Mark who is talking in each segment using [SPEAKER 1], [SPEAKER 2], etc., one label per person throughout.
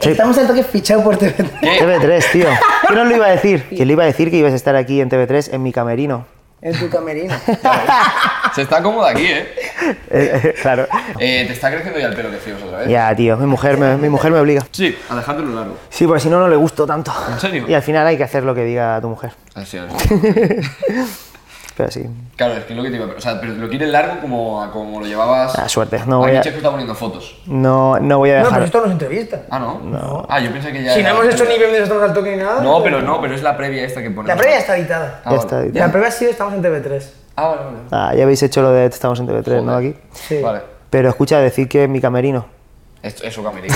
[SPEAKER 1] Sí.
[SPEAKER 2] Estamos al toque fichado por TV3.
[SPEAKER 1] TV3, tío. Yo no lo iba a decir. Que le iba a decir que ibas a estar aquí en TV3 en mi camerino.
[SPEAKER 2] En tu camerino.
[SPEAKER 3] Se está cómodo aquí, ¿eh?
[SPEAKER 1] Eh, claro.
[SPEAKER 3] Eh, Te está creciendo ya el pelo que fíos otra vez.
[SPEAKER 1] Ya, tío. Mi mujer me, mi mujer me obliga.
[SPEAKER 3] Sí, Alejandro largo.
[SPEAKER 1] Sí, porque si no, no le gusto tanto.
[SPEAKER 3] ¿En serio?
[SPEAKER 1] Y al final hay que hacer lo que diga tu mujer.
[SPEAKER 3] Así es.
[SPEAKER 1] Pero sí.
[SPEAKER 3] Claro, es que es lo que te iba a O sea, pero te lo quieres largo como, a como lo llevabas.
[SPEAKER 1] Ah, suerte, no voy
[SPEAKER 3] Aquí
[SPEAKER 1] a-
[SPEAKER 3] Checo está poniendo fotos.
[SPEAKER 1] No, no voy
[SPEAKER 2] No,
[SPEAKER 1] a dejar.
[SPEAKER 2] pero esto no es entrevista.
[SPEAKER 3] Ah, ¿no? No. Ah, yo pensé que ya.
[SPEAKER 2] Si no
[SPEAKER 3] era-
[SPEAKER 2] hemos hecho ni bienvenidos estamos al toque ni nada.
[SPEAKER 3] No, pero no, pero es la previa esta que ponemos.
[SPEAKER 2] La previa está editada.
[SPEAKER 1] Ya
[SPEAKER 3] Ah, vale.
[SPEAKER 1] está editado.
[SPEAKER 2] La previa ha sido estamos en TV3.
[SPEAKER 3] Ah, vale, vale.
[SPEAKER 1] Ah, ya habéis hecho lo de Estamos en TV3, ¿no?
[SPEAKER 3] Joder.
[SPEAKER 1] Aquí.
[SPEAKER 2] Sí.
[SPEAKER 3] Vale.
[SPEAKER 1] Pero escucha, decir que es mi camerino.
[SPEAKER 3] Esto es su camerino.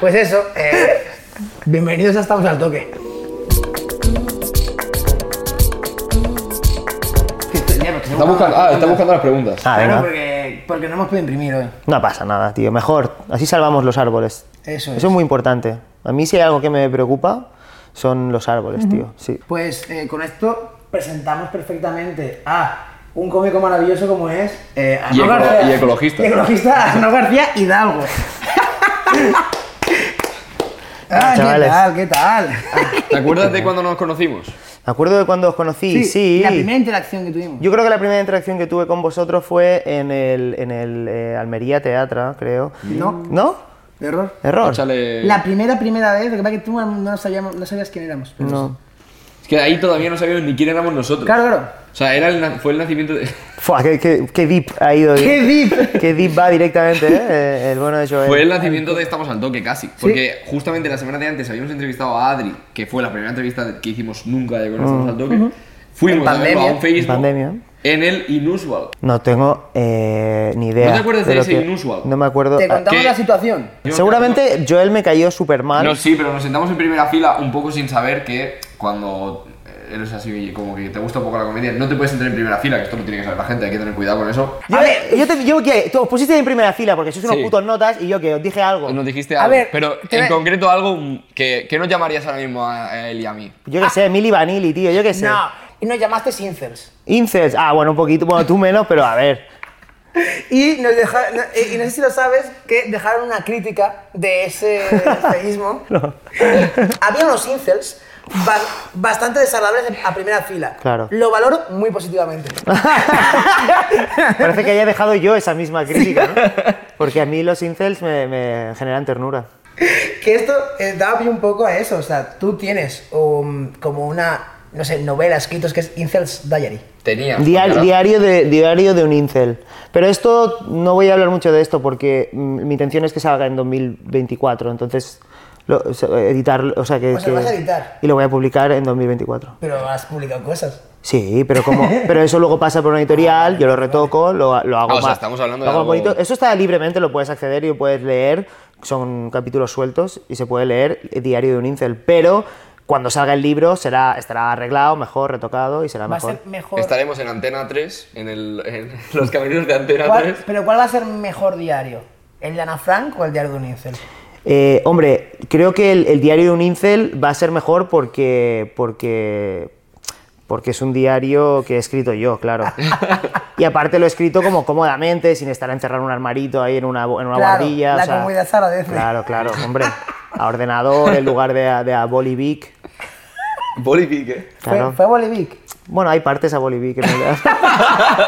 [SPEAKER 2] Pues eso. eh, bienvenidos a Estamos al toque.
[SPEAKER 3] Está buscando, ah, está buscando las preguntas.
[SPEAKER 1] Ah,
[SPEAKER 2] Claro,
[SPEAKER 1] venga.
[SPEAKER 2] porque, porque no hemos podido imprimir hoy.
[SPEAKER 1] No pasa nada, tío. Mejor. Así salvamos los árboles.
[SPEAKER 2] Eso es.
[SPEAKER 1] Eso es muy importante. A mí si hay algo que me preocupa son los árboles, tío. Sí.
[SPEAKER 2] Pues eh, con esto presentamos perfectamente a un cómico maravilloso como es eh,
[SPEAKER 3] Y
[SPEAKER 2] Arnaud
[SPEAKER 3] eco-
[SPEAKER 2] García.
[SPEAKER 3] y ecologista.
[SPEAKER 2] Y ecologista Arnaud García Hidalgo. ah, ¿qué
[SPEAKER 1] Chavales.
[SPEAKER 2] tal? ¿Qué tal?
[SPEAKER 3] ¿Te acuerdas de cuando nos conocimos?
[SPEAKER 1] Me acuerdo de cuando os conocí. Sí.
[SPEAKER 2] La primera interacción que tuvimos.
[SPEAKER 1] Yo creo que la primera interacción que tuve con vosotros fue en el, en el eh, Almería Teatra, creo.
[SPEAKER 2] No.
[SPEAKER 1] ¿No?
[SPEAKER 2] Error.
[SPEAKER 1] Error.
[SPEAKER 3] Échale-
[SPEAKER 2] La primera, primera vez, lo que pasa es que tú no, sabíamos, no sabías quién éramos. pero-
[SPEAKER 1] No.
[SPEAKER 3] Es que ahí todavía no sabíamos ni quién éramos nosotros.
[SPEAKER 2] Claro, claro.
[SPEAKER 3] O sea, era el na- fue el nacimiento de.
[SPEAKER 1] Fua, qué, qué- qué deep ha ido.
[SPEAKER 2] ¡Qué deep!
[SPEAKER 1] Qué deep va directamente, ¿eh? Eh, El bueno de Joel.
[SPEAKER 3] Fue el nacimiento de Estamos al Toque, casi. Porque justamente la semana de antes habíamos entrevistado a Adri, que fue la primera entrevista que hicimos nunca de con Estamos al Toque. Fuimos
[SPEAKER 2] Mm. En
[SPEAKER 3] a verlo a
[SPEAKER 2] pandemia.
[SPEAKER 3] un Facebook.
[SPEAKER 1] En pandemia.
[SPEAKER 3] En el Inusual.
[SPEAKER 1] No tengo eh, ni idea.
[SPEAKER 3] ¿No te acuerdas de
[SPEAKER 1] lo
[SPEAKER 3] ese Inusual?
[SPEAKER 1] No me acuerdo.
[SPEAKER 2] Te contamos
[SPEAKER 3] ¿qué?
[SPEAKER 2] la situación.
[SPEAKER 3] Yo
[SPEAKER 1] Seguramente Joel me cayó súper mal.
[SPEAKER 3] No, sí, pero nos sentamos en primera fila un poco sin saber que cuando eres así, como que te gusta un poco la comedia, no te puedes sentar en primera fila, que esto lo tiene que saber la gente, hay que tener cuidado con eso.
[SPEAKER 1] Yo, yo, te, yo que tú os pusiste en primera fila porque sois unos
[SPEAKER 3] Sí.
[SPEAKER 1] putos notas y yo que os dije algo.
[SPEAKER 3] Nos dijiste
[SPEAKER 2] A
[SPEAKER 3] algo,
[SPEAKER 2] ver,
[SPEAKER 3] pero
[SPEAKER 2] te
[SPEAKER 3] en
[SPEAKER 2] ve-
[SPEAKER 3] concreto algo mm, que, que nos llamarías ahora mismo a a él y a mí.
[SPEAKER 1] Yo que sé, Mili Vanilli, tío, yo que sé.
[SPEAKER 2] Ah. No, y nos llamaste Sincers.
[SPEAKER 1] Incels. Ah, bueno, un poquito, bueno, tú menos, pero a ver.
[SPEAKER 2] Y, nos deja- no- eh, y no sé si lo sabes, que dejaron una crítica de ese feísmo. Había unos incels ba- bastante desagradables a primera fila.
[SPEAKER 1] Claro.
[SPEAKER 2] Lo valoro muy positivamente.
[SPEAKER 1] Parece que haya dejado yo esa misma crítica, ¿no? Porque a mí los incels me, me generan ternura.
[SPEAKER 2] Que esto eh, da pie un poco a eso. O sea, tú tienes um, como una, no sé, novela escritos que es Incels Diary.
[SPEAKER 3] Tenía.
[SPEAKER 1] Dia- diario, de, diario de un incel. Pero esto, no voy a hablar mucho de esto porque mm, mi intención es que salga en 2024, entonces lo- o sea, editar, o sea que...
[SPEAKER 2] O sea, lo
[SPEAKER 1] que-
[SPEAKER 2] vas a editar.
[SPEAKER 1] Y lo voy a publicar en 2024.
[SPEAKER 2] Pero has publicado cosas.
[SPEAKER 1] Sí, pero como, pero eso luego pasa por una editorial, yo lo retoco, lo, lo hago
[SPEAKER 3] Ah, o sea,
[SPEAKER 1] más-
[SPEAKER 3] estamos hablando
[SPEAKER 1] lo
[SPEAKER 3] de
[SPEAKER 1] hago
[SPEAKER 3] algo-
[SPEAKER 1] bonito. Eso está libremente, lo puedes acceder y lo puedes leer. Son capítulos sueltos y se puede leer el diario de un incel. Pero cuando salga el libro será estará arreglado, mejor, retocado y será
[SPEAKER 2] Va a
[SPEAKER 1] mejor.
[SPEAKER 2] ser mejor.
[SPEAKER 3] Estaremos en Antena 3, en, el, en los camerinos de Antena
[SPEAKER 2] ¿Cuál-
[SPEAKER 3] 3.
[SPEAKER 2] pero ¿cuál va a ser mejor diario? ¿El de Ana Frank o el diario de un incel?
[SPEAKER 1] Eh, hombre, creo que el, el diario de un incel va a ser mejor porque porque porque es un diario que he escrito yo, claro. Y aparte lo he escrito como cómodamente, sin estar encerrado en un armarito ahí en una, bo- en una
[SPEAKER 2] Claro,
[SPEAKER 1] guardilla. o
[SPEAKER 2] la
[SPEAKER 1] sea,
[SPEAKER 2] comodidad se agradece.
[SPEAKER 1] Claro, claro, hombre. A ordenador en lugar de a, de a Bolivic.
[SPEAKER 3] Bolivic, ¿eh?
[SPEAKER 1] Claro.
[SPEAKER 2] Fue, fue Bolivic.
[SPEAKER 1] Bueno, hay partes a Bolivic. en realidad.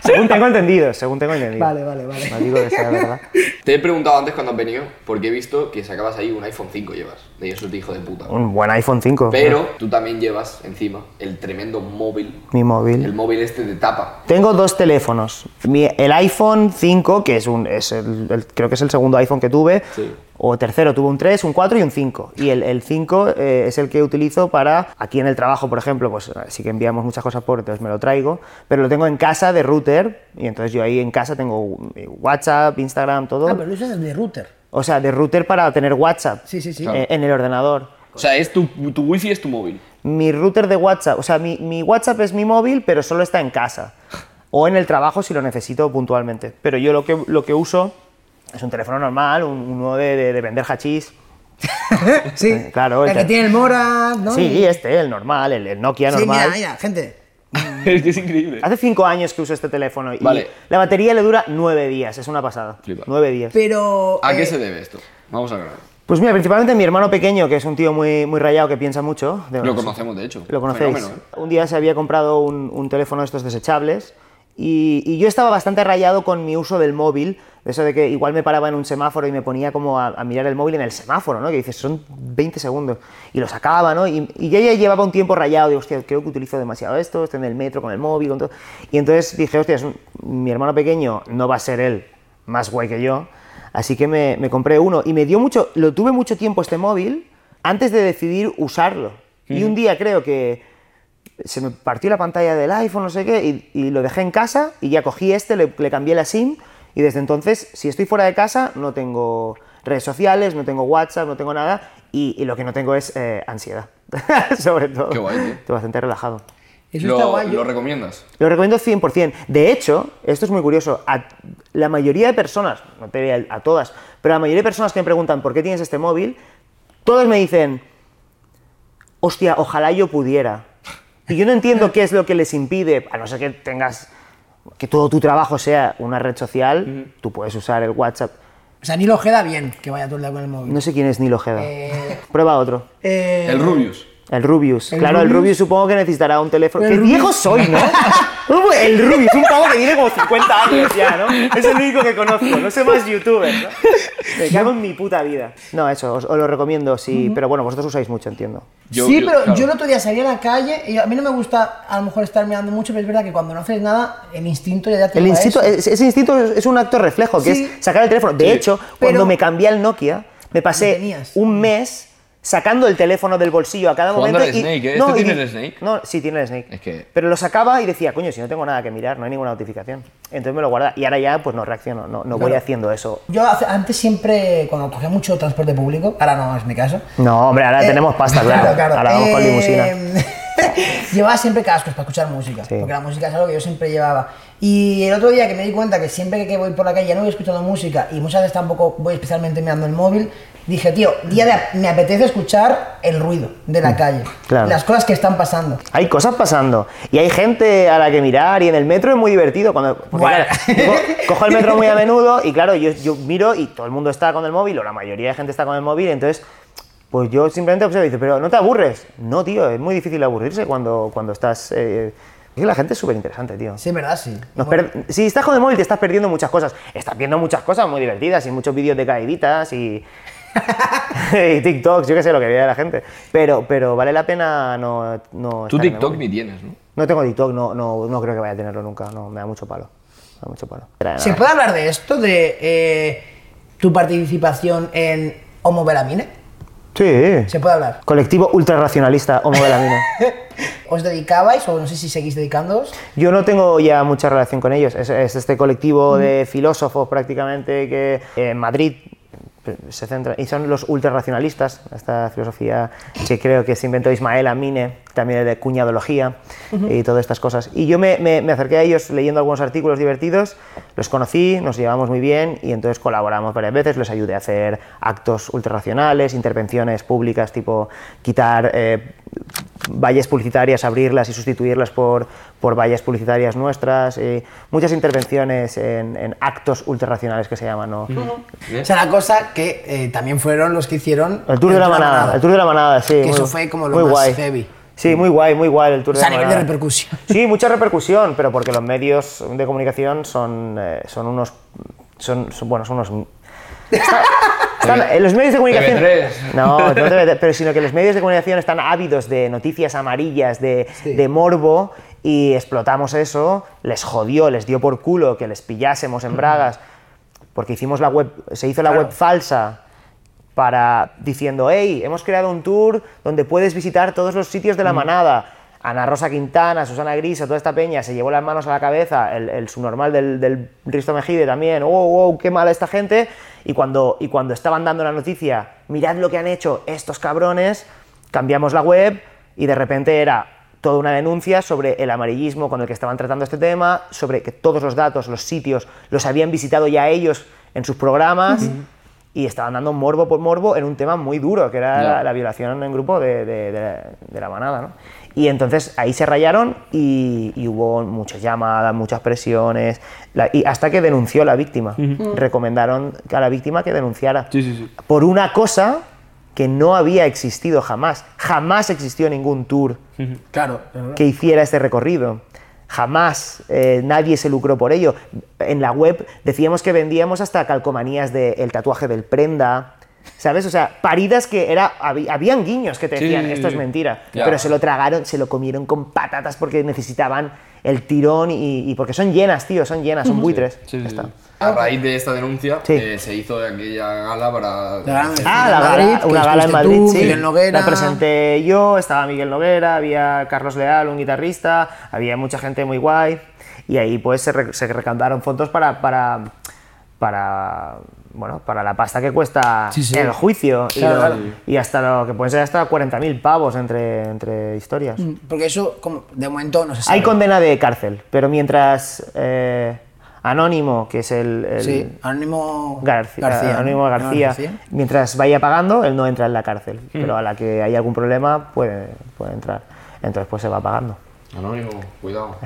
[SPEAKER 1] según tengo entendido, según tengo entendido.
[SPEAKER 2] Vale, vale, vale.
[SPEAKER 1] No digo que sea verdad.
[SPEAKER 3] Te he preguntado antes cuando has venido, porque he visto que sacabas ahí un iPhone 5 llevas. De eso te hijo de puta.
[SPEAKER 2] Oh,
[SPEAKER 1] Un buen iPhone 5.
[SPEAKER 3] Pero tú también llevas encima el tremendo móvil.
[SPEAKER 1] Mi móvil.
[SPEAKER 3] El móvil este de tapa.
[SPEAKER 1] Tengo dos teléfonos. Mi- el iPhone 5, que es un. es el- el- creo que es el segundo iPhone que tuve.
[SPEAKER 3] Sí.
[SPEAKER 1] O tercero, tuve un 3, un 4 y un 5. Y el, el 5 eh, es el que utilizo para. Aquí en el trabajo, por ejemplo, pues sí que enviamos muchas cosas por, entonces me lo traigo. Pero lo tengo en casa de router. Y entonces yo ahí en casa tengo mi WhatsApp, Instagram, todo.
[SPEAKER 2] Ah, pero lo usas de router.
[SPEAKER 1] O sea, de router para tener WhatsApp.
[SPEAKER 2] Sí, sí, sí.
[SPEAKER 1] eh, en el ordenador.
[SPEAKER 3] O sea, es tu, tu wifi es tu móvil.
[SPEAKER 1] Mi router de WhatsApp, o sea, mi, mi WhatsApp es mi móvil, pero solo está en casa. O en el trabajo si lo necesito puntualmente. Pero yo lo que, lo que uso es un teléfono normal, un- uno de, de- de vender hachís.
[SPEAKER 2] Sí,
[SPEAKER 1] Claro,
[SPEAKER 2] El
[SPEAKER 1] el
[SPEAKER 2] que
[SPEAKER 1] te-
[SPEAKER 2] tiene el Mora, ¿no?
[SPEAKER 1] Sí, este, el normal, el, el Nokia
[SPEAKER 2] Sí,
[SPEAKER 1] normal.
[SPEAKER 2] mira, mira, gente. Mm.
[SPEAKER 3] es que es increíble.
[SPEAKER 1] Hace cinco años que uso este teléfono y
[SPEAKER 3] Vale.
[SPEAKER 1] la batería le dura nueve días, es una pasada.
[SPEAKER 3] Flipa.
[SPEAKER 1] Nueve días.
[SPEAKER 2] Pero.
[SPEAKER 3] ¿A qué
[SPEAKER 2] eh,
[SPEAKER 3] se debe esto? Vamos a ver.
[SPEAKER 1] Pues mira, principalmente mi hermano pequeño, que es un tío muy, muy rayado que piensa mucho. de-
[SPEAKER 3] Lo conocemos, de hecho.
[SPEAKER 1] Lo conocéis.
[SPEAKER 3] Fenómeno, ¿eh?
[SPEAKER 1] Un día se había comprado un, un teléfono de estos desechables y, y yo estaba bastante rayado con mi uso del móvil, de eso de que igual me paraba en un semáforo y me ponía como a, a mirar el móvil en el semáforo, ¿no? Que dices, son 20 segundos. Y lo sacaba, ¿no? Y, y yo ya llevaba un tiempo rayado, digo, hostia, creo que utilizo demasiado esto, estoy en el metro con el móvil, con todo. Y entonces dije, hostia, es un- mi hermano pequeño no va a ser él más guay que yo, así que me, me compré uno y me dio mucho, lo tuve mucho tiempo este móvil antes de decidir usarlo. Y un día creo que se me partió la pantalla del iPhone, no sé qué, y, y lo dejé en casa y ya cogí este, le, le cambié la SIM y desde entonces, si estoy fuera de casa, no tengo redes sociales, no tengo WhatsApp, no tengo nada y, y lo que no tengo es eh, ansiedad, sobre todo.
[SPEAKER 3] Qué guay, tío.
[SPEAKER 1] Estoy bastante relajado.
[SPEAKER 2] Eso está
[SPEAKER 3] Lo,
[SPEAKER 2] guay. ¿eh?
[SPEAKER 3] lo
[SPEAKER 2] yo-
[SPEAKER 3] recomiendas.
[SPEAKER 1] Lo recomiendo 100%. De hecho, esto es muy curioso, a la mayoría de personas, no te diría a todas, pero a la mayoría de personas que me preguntan por qué tienes este móvil, todos me dicen, hostia, ojalá yo pudiera. Y yo no entiendo qué es lo que les impide, a no ser que tengas, que todo tu trabajo sea una red social, tú puedes usar el WhatsApp.
[SPEAKER 2] O sea, ni lo queda bien que vaya todo el día con el móvil.
[SPEAKER 1] No sé quién es Nilo Ojeda.
[SPEAKER 2] Eh,
[SPEAKER 1] Prueba otro.
[SPEAKER 2] eh,
[SPEAKER 3] El Rubius.
[SPEAKER 1] El Rubius.
[SPEAKER 2] El
[SPEAKER 1] claro, el
[SPEAKER 2] Rubius.
[SPEAKER 1] Rubius supongo que necesitará un teléfono.
[SPEAKER 2] El
[SPEAKER 1] ¡Qué
[SPEAKER 2] Rubius.
[SPEAKER 1] viejo soy, ¿no? Uy, el Rubius, un pavo que tiene como 50 años ya, ¿no? Es el único que conozco. No sé más youtuber, ¿no? Me cago en mi puta vida. No, eso, os, os lo recomiendo, sí. Pero bueno, vosotros usáis mucho, entiendo.
[SPEAKER 3] Yo-
[SPEAKER 2] sí,
[SPEAKER 3] yo-
[SPEAKER 2] pero
[SPEAKER 3] claro.
[SPEAKER 2] yo el otro día salí a la calle y a mí no me gusta a lo mejor estar mirando mucho, pero es verdad que cuando no haces nada, el instinto ya te
[SPEAKER 1] El
[SPEAKER 2] lleva a
[SPEAKER 1] instinto,
[SPEAKER 2] eso.
[SPEAKER 1] es- ese instinto es es un acto reflejo, que
[SPEAKER 2] Sí.
[SPEAKER 1] es sacar el teléfono. De
[SPEAKER 3] Sí.
[SPEAKER 1] hecho, cuando
[SPEAKER 2] Pero-
[SPEAKER 1] me cambié al Nokia, me
[SPEAKER 2] Lo
[SPEAKER 1] pasé
[SPEAKER 2] tenías.
[SPEAKER 1] un mes sacando el teléfono del bolsillo a cada
[SPEAKER 3] Jugando
[SPEAKER 1] momento.
[SPEAKER 3] al Snake, ¿eh? ¿Este
[SPEAKER 1] y
[SPEAKER 3] tiene
[SPEAKER 1] di-
[SPEAKER 3] el Snake?
[SPEAKER 1] No, sí, tiene el Snake.
[SPEAKER 3] Es que-
[SPEAKER 1] Pero lo sacaba y decía, coño, si no tengo nada que mirar, no hay ninguna notificación. Entonces me lo guardaba. Y ahora ya, pues no reacciono, no, no voy
[SPEAKER 2] Claro.
[SPEAKER 1] haciendo eso.
[SPEAKER 2] Yo hace- antes siempre, cuando cogía mucho transporte público, ahora no es mi caso.
[SPEAKER 1] No, hombre, ahora
[SPEAKER 2] eh,
[SPEAKER 1] Ah, tenemos pasta, claro. Ahora vamos con
[SPEAKER 2] eh,
[SPEAKER 1] limusina.
[SPEAKER 2] llevaba siempre cascos para escuchar música,
[SPEAKER 1] Sí.
[SPEAKER 2] porque la música es algo que yo siempre llevaba. Y el otro día que me di cuenta que siempre que voy por la calle ya no voy escuchando música y muchas veces tampoco voy especialmente mirando el móvil, dije, tío, día de- me apetece escuchar el ruido de la calle,
[SPEAKER 1] Mm, claro.
[SPEAKER 2] las cosas que están pasando.
[SPEAKER 1] Hay cosas pasando y hay gente a la que mirar y en el metro es muy divertido cuando porque,
[SPEAKER 2] Bueno.
[SPEAKER 1] claro, co- cojo el metro muy a menudo y claro yo, yo miro y todo el mundo está con el móvil o la mayoría de gente está con el móvil entonces pues yo simplemente observo y digo pero no te aburres no tío es muy difícil aburrirse cuando cuando estás eh, es que la gente es súper interesante tío
[SPEAKER 2] Sí, verdad, sí.
[SPEAKER 1] Nos per- Si estás con el móvil te estás perdiendo muchas cosas. Estás viendo muchas cosas muy divertidas y muchos vídeos de caíditas y... y TikToks, yo qué sé lo que vea la gente. Pero, pero vale la pena no... no
[SPEAKER 3] Tú
[SPEAKER 1] estar en el
[SPEAKER 3] TikTok
[SPEAKER 1] móvil.
[SPEAKER 3] ni tienes, ¿no?
[SPEAKER 1] No tengo TikTok, no, no, no creo que vaya a tenerlo nunca. No, me da mucho palo. Me da mucho palo.
[SPEAKER 2] ¿Se puede hablar de esto, de eh, tu participación en Homo Belamine?
[SPEAKER 1] Sí.
[SPEAKER 2] ¿Se puede hablar?
[SPEAKER 1] Colectivo ultrarracionalista Homo de la Mina.
[SPEAKER 2] ¿Os dedicabais o no sé si seguís dedicándoos?
[SPEAKER 1] Yo no tengo ya mucha relación con ellos. Es, es este colectivo
[SPEAKER 2] Mm.
[SPEAKER 1] de filósofos prácticamente que eh, en Madrid eh, se centra. Y son los ultrarracionalistas, esta filosofía que creo que se inventó Ismael Amine, también de cuñadología y todas estas cosas. Y yo me, me- me acerqué a ellos leyendo algunos artículos divertidos, los conocí, nos llevamos muy bien y entonces colaboramos varias veces. Les ayudé a hacer actos ultrarracionales, intervenciones públicas tipo quitar. eh, vallas publicitarias, abrirlas y sustituirlas por, por vallas publicitarias nuestras, eh, muchas intervenciones en, en actos ultrarracionales que se llaman, ¿no?
[SPEAKER 2] O sea, la cosa que eh, también fueron los que hicieron...
[SPEAKER 1] El Tour de la Manada, el Tour de la Manada, sí.
[SPEAKER 2] Que eso fue como lo
[SPEAKER 1] muy
[SPEAKER 2] más
[SPEAKER 1] guay.
[SPEAKER 2] heavy.
[SPEAKER 1] Sí, muy guay, muy guay el Tour
[SPEAKER 2] O
[SPEAKER 1] de
[SPEAKER 2] sea, a
[SPEAKER 1] la
[SPEAKER 2] nivel de
[SPEAKER 1] Manada.
[SPEAKER 2] repercusión.
[SPEAKER 1] Sí, mucha repercusión, pero porque los medios de comunicación son, eh, son unos... Son, son- bueno, son unos... Está- están- eh, los medios de comunicación...
[SPEAKER 3] TV3.
[SPEAKER 1] No, no TV3, pero sino que los medios de comunicación están ávidos de noticias amarillas, de, de morbo, y explotamos eso, les jodió, les dio por culo que les pillásemos en bragas, porque hicimos la web, se hizo la web falsa para diciendo, hey, hemos creado un tour donde puedes visitar todos los sitios de la manada. Ana Rosa Quintana, Susana Griso, toda esta peña se llevó las manos a la cabeza, el, el subnormal del, del Risto Mejide también, oh, oh, qué mala esta gente. Y cuando, y cuando estaban dando la noticia, mirad lo que han hecho estos cabrones, cambiamos la web y de repente era toda una denuncia sobre el amarillismo con el que estaban tratando este tema, sobre que todos los datos, los sitios, los habían visitado ya ellos en sus programas y estaban dando morbo por morbo en un tema muy duro, que era
[SPEAKER 3] Ya.
[SPEAKER 1] la, la violación en grupo de, de- de- de la manada. ¿no? Y entonces ahí se rayaron y, y hubo muchas llamadas, muchas presiones, la- y hasta que denunció la víctima. Recomendaron a la víctima que denunciara
[SPEAKER 3] Sí, sí, sí.
[SPEAKER 1] por una cosa que no había existido jamás. Jamás existió ningún tour
[SPEAKER 2] Claro.
[SPEAKER 1] que hiciera este recorrido. Jamás eh, nadie se lucró por ello. En la web decíamos que vendíamos hasta calcomanías del tatuaje del prenda. ¿Sabes? O sea, paridas que era. habi- habían guiños que te
[SPEAKER 3] Sí,
[SPEAKER 1] decían,
[SPEAKER 3] sí, sí,
[SPEAKER 1] esto es
[SPEAKER 3] sí.
[SPEAKER 1] mentira.
[SPEAKER 3] Ya.
[SPEAKER 1] Pero se lo tragaron, se lo comieron con patatas porque necesitaban el tirón y, y porque son llenas, tío, son llenas, son buitres.
[SPEAKER 3] Sí,
[SPEAKER 1] Ya
[SPEAKER 3] sí,
[SPEAKER 1] está.
[SPEAKER 3] sí. A raíz de esta denuncia
[SPEAKER 1] Sí.
[SPEAKER 3] eh, se hizo aquella gala para...
[SPEAKER 1] Ah, la
[SPEAKER 2] Madrid,
[SPEAKER 1] gala,
[SPEAKER 2] que
[SPEAKER 1] una gala en
[SPEAKER 2] estuviste
[SPEAKER 1] Madrid,
[SPEAKER 2] tú,
[SPEAKER 1] sí.
[SPEAKER 2] Miguel Noguera.
[SPEAKER 1] La presenté yo, estaba Miguel Noguera, había Carlos Leal, un guitarrista, había mucha gente muy guay. Y ahí pues se, re- se recantaron fondos para, para, para, bueno, para la pasta que cuesta
[SPEAKER 3] Sí, sí.
[SPEAKER 1] el juicio. Y
[SPEAKER 2] Claro,
[SPEAKER 1] lo-
[SPEAKER 2] claro.
[SPEAKER 1] y, hasta lo que pueden ser hasta 40.000 pavos entre, entre historias.
[SPEAKER 2] Porque eso, como, de momento, no se sabe.
[SPEAKER 1] Hay condena de cárcel, pero mientras eh, Anónimo, que es el- el,
[SPEAKER 2] Sí, Anónimo
[SPEAKER 1] García,
[SPEAKER 2] García.
[SPEAKER 1] Anónimo
[SPEAKER 2] ¿no?
[SPEAKER 1] García. Mientras vaya pagando, él no entra en la cárcel, pero a la que hay algún problema puede, puede entrar. Entonces pues se va pagando.
[SPEAKER 3] Anónimo, cuidado.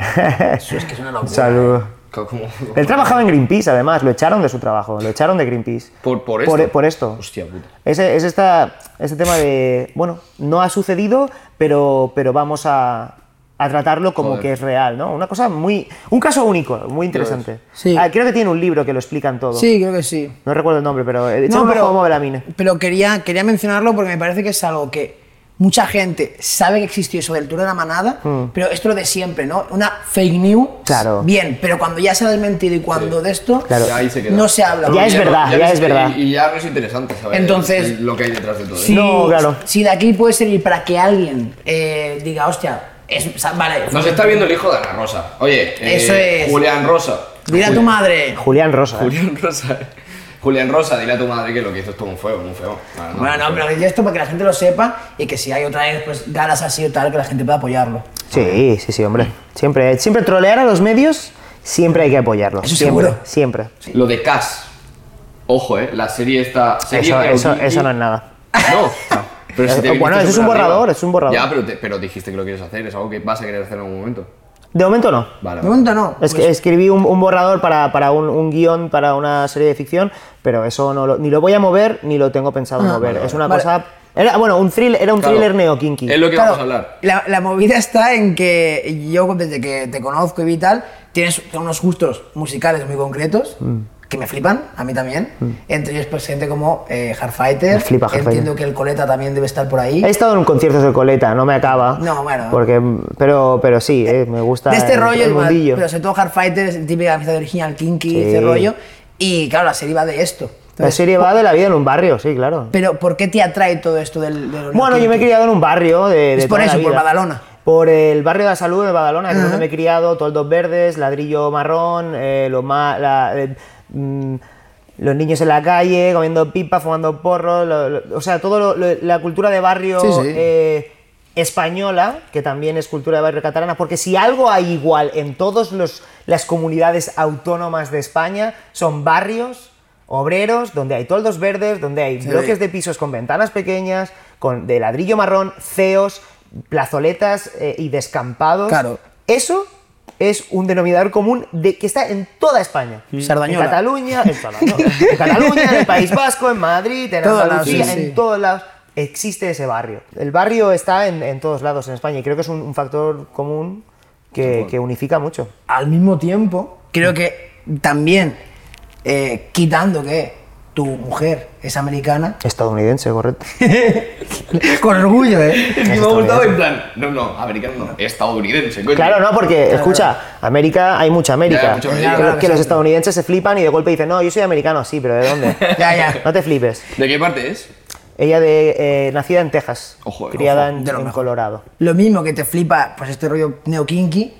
[SPEAKER 2] Eso es que es una locura.
[SPEAKER 1] Saludos.
[SPEAKER 3] ¿eh? Como-
[SPEAKER 1] Él trabajaba en Greenpeace, además, lo echaron de su trabajo, lo echaron de Greenpeace.
[SPEAKER 3] ¿Por- por
[SPEAKER 1] Por,
[SPEAKER 3] esto?
[SPEAKER 1] esto.
[SPEAKER 3] Hostia puta.
[SPEAKER 1] Ese, es esta, ese tema de, bueno, no ha sucedido, pero, pero vamos a, a tratarlo como
[SPEAKER 3] Joder.
[SPEAKER 1] que es real, ¿no? Una cosa muy, un caso único, muy interesante.
[SPEAKER 2] Sí.
[SPEAKER 1] Ah, creo que tiene un libro que lo explican todo.
[SPEAKER 2] Sí, creo que sí.
[SPEAKER 1] No recuerdo el nombre, pero eh, echa
[SPEAKER 2] No,
[SPEAKER 1] un
[SPEAKER 2] pero-
[SPEAKER 1] ojo a Movelamine.
[SPEAKER 2] Pero quería, quería mencionarlo porque me parece que es algo que mucha gente sabe que existió sobre el Tour de la Manada, pero esto es lo de siempre, ¿no? Una fake news.
[SPEAKER 1] Mm. Claro.
[SPEAKER 2] Bien, pero cuando ya se ha desmentido y cuando de esto,
[SPEAKER 1] Claro.
[SPEAKER 3] Ya ahí se queda.
[SPEAKER 2] no se habla.
[SPEAKER 1] Ya es verdad, ya
[SPEAKER 3] no-
[SPEAKER 1] es verdad.
[SPEAKER 3] Y, y ya no es interesante saber
[SPEAKER 2] Entonces-
[SPEAKER 3] el- lo que hay detrás de todo
[SPEAKER 2] Si,
[SPEAKER 3] eso.
[SPEAKER 1] No, claro.
[SPEAKER 2] si de aquí puede servir para que alguien eh, diga, hostia, es, o sea, vale,
[SPEAKER 3] Nos está viendo el hijo de Ana Rosa. Oye, eh,
[SPEAKER 2] Eso es.
[SPEAKER 3] Julián Rosa.
[SPEAKER 2] dile a tu madre.
[SPEAKER 1] Julián Rosa. ¿eh?
[SPEAKER 3] Julián Rosa. Julián Rosa, dile a tu madre que lo que hizo estuvo un fuego, un feo. Vale, no,
[SPEAKER 2] Bueno,
[SPEAKER 3] un
[SPEAKER 2] no,
[SPEAKER 3] feo.
[SPEAKER 2] pero digo esto para que la gente lo sepa y que si hay otra vez, pues ganas así o tal, que la gente pueda apoyarlo.
[SPEAKER 1] Sí, sí, sí, hombre.
[SPEAKER 2] Mm.
[SPEAKER 1] Siempre, siempre trolear a los medios, siempre hay que apoyarlos.
[SPEAKER 2] Eso
[SPEAKER 1] siempre,
[SPEAKER 2] seguro.
[SPEAKER 1] siempre.
[SPEAKER 3] Lo de Cass. Ojo, eh. La serie está. Serie
[SPEAKER 1] Eso,
[SPEAKER 3] de
[SPEAKER 1] eso,
[SPEAKER 3] Auditi-
[SPEAKER 1] eso no es nada.
[SPEAKER 3] No. Pero si te
[SPEAKER 1] Eh,
[SPEAKER 3] viniste
[SPEAKER 1] bueno, eso es un
[SPEAKER 3] súper arriba.
[SPEAKER 1] borrador, es un borrador.
[SPEAKER 3] Ya, pero, te- pero dijiste que lo quieres hacer, es algo que vas a querer hacer en algún momento.
[SPEAKER 1] De momento no.
[SPEAKER 2] De
[SPEAKER 3] Vale. vale.
[SPEAKER 2] momento no.
[SPEAKER 1] Es que escribí un, un borrador para, para un, un guión, para una serie de ficción, pero eso no lo, ni lo voy a mover ni lo tengo pensado mover.
[SPEAKER 3] vale,
[SPEAKER 1] Es una
[SPEAKER 2] Ah, vale.
[SPEAKER 1] cosa. Era, bueno, un thrill, era un
[SPEAKER 3] Claro.
[SPEAKER 1] thriller neo-kinky.
[SPEAKER 3] Es lo que
[SPEAKER 2] Claro,
[SPEAKER 3] vamos a hablar.
[SPEAKER 2] La, la movida está en que yo, desde que te conozco y tal, tienes unos gustos musicales muy concretos
[SPEAKER 1] Mm.
[SPEAKER 2] que me flipan, a mí también. Entre ellos, pues, gente como eh, Hardfighter.
[SPEAKER 1] Me flipa Hardfighter.
[SPEAKER 2] Entiendo que el coleta también debe estar por ahí.
[SPEAKER 1] He estado en conciertos de coleta, no me acaba.
[SPEAKER 2] No, bueno.
[SPEAKER 1] Porque, pero, pero sí, eh, me gusta.
[SPEAKER 2] de este
[SPEAKER 1] el-
[SPEAKER 2] rollo,
[SPEAKER 1] el
[SPEAKER 2] igual,
[SPEAKER 1] mundillo.
[SPEAKER 2] pero sobre todo Hardfighter, es típica amistad original, Kinky,
[SPEAKER 1] Sí.
[SPEAKER 2] este rollo. Y claro, la serie va de esto.
[SPEAKER 1] La
[SPEAKER 2] Entonces,
[SPEAKER 1] serie va de la vida en un barrio, sí, claro.
[SPEAKER 2] Pero, ¿por qué te atrae todo esto del, del
[SPEAKER 1] Bueno, yo me he criado en un barrio de. de
[SPEAKER 2] Es por
[SPEAKER 1] toda la
[SPEAKER 2] eso, por
[SPEAKER 1] vida.
[SPEAKER 2] Badalona.
[SPEAKER 1] Por el barrio de la salud de Badalona, que es donde
[SPEAKER 2] Ajá.
[SPEAKER 1] me he criado, toldos verdes, ladrillo marrón, eh, lo ma- la- eh, mm, los niños en la calle, comiendo pipa, fumando porros, lo- lo- o sea, toda la cultura de barrio
[SPEAKER 2] Sí, sí.
[SPEAKER 1] eh, española, que también es cultura de barrio catalana, porque si algo hay igual en todas las comunidades autónomas de España, son barrios obreros, donde hay toldos verdes, donde hay bloques de pisos con ventanas pequeñas, con, de ladrillo marrón, ceos, plazoletas eh, y descampados.
[SPEAKER 2] Claro.
[SPEAKER 1] Eso es un denominador común de, que está en toda España.
[SPEAKER 2] Sardañola.
[SPEAKER 1] En Cataluña, en, Sardañola, en Cataluña, en el País Vasco, en Madrid, en
[SPEAKER 2] Todos
[SPEAKER 1] Andalucía,
[SPEAKER 2] lados, sí,
[SPEAKER 1] en
[SPEAKER 2] sí.
[SPEAKER 1] todos lados existe ese barrio. El barrio está en, en todos lados en España y creo que es un, un factor común que, que unifica mucho.
[SPEAKER 2] al mismo tiempo, creo que también, eh, quitando que tu mujer es americana,
[SPEAKER 1] Estadounidense, correcto.
[SPEAKER 2] con orgullo, ¿eh?
[SPEAKER 3] Es que me ha
[SPEAKER 1] Estadounidense.
[SPEAKER 3] gustado en plan. No, no, americano no. Estadounidense, coño.
[SPEAKER 1] Claro, no, porque, escucha, América, hay mucha América.
[SPEAKER 3] Ya, hay mucha América.
[SPEAKER 1] Que-
[SPEAKER 2] Claro,
[SPEAKER 1] que
[SPEAKER 2] claro.
[SPEAKER 1] los estadounidenses se flipan y de golpe dicen, no, yo soy americano, sí, pero ¿de dónde?
[SPEAKER 2] Ya, ya.
[SPEAKER 1] No te flipes.
[SPEAKER 3] ¿De qué parte es?
[SPEAKER 1] Ella de eh, nacida en Texas,
[SPEAKER 3] Ojo, eh,
[SPEAKER 1] criada
[SPEAKER 2] ojo,
[SPEAKER 1] en,
[SPEAKER 2] de lo
[SPEAKER 1] en
[SPEAKER 2] mejor.
[SPEAKER 1] Colorado.
[SPEAKER 2] Lo mismo que te flipa, pues este rollo neo-kinky,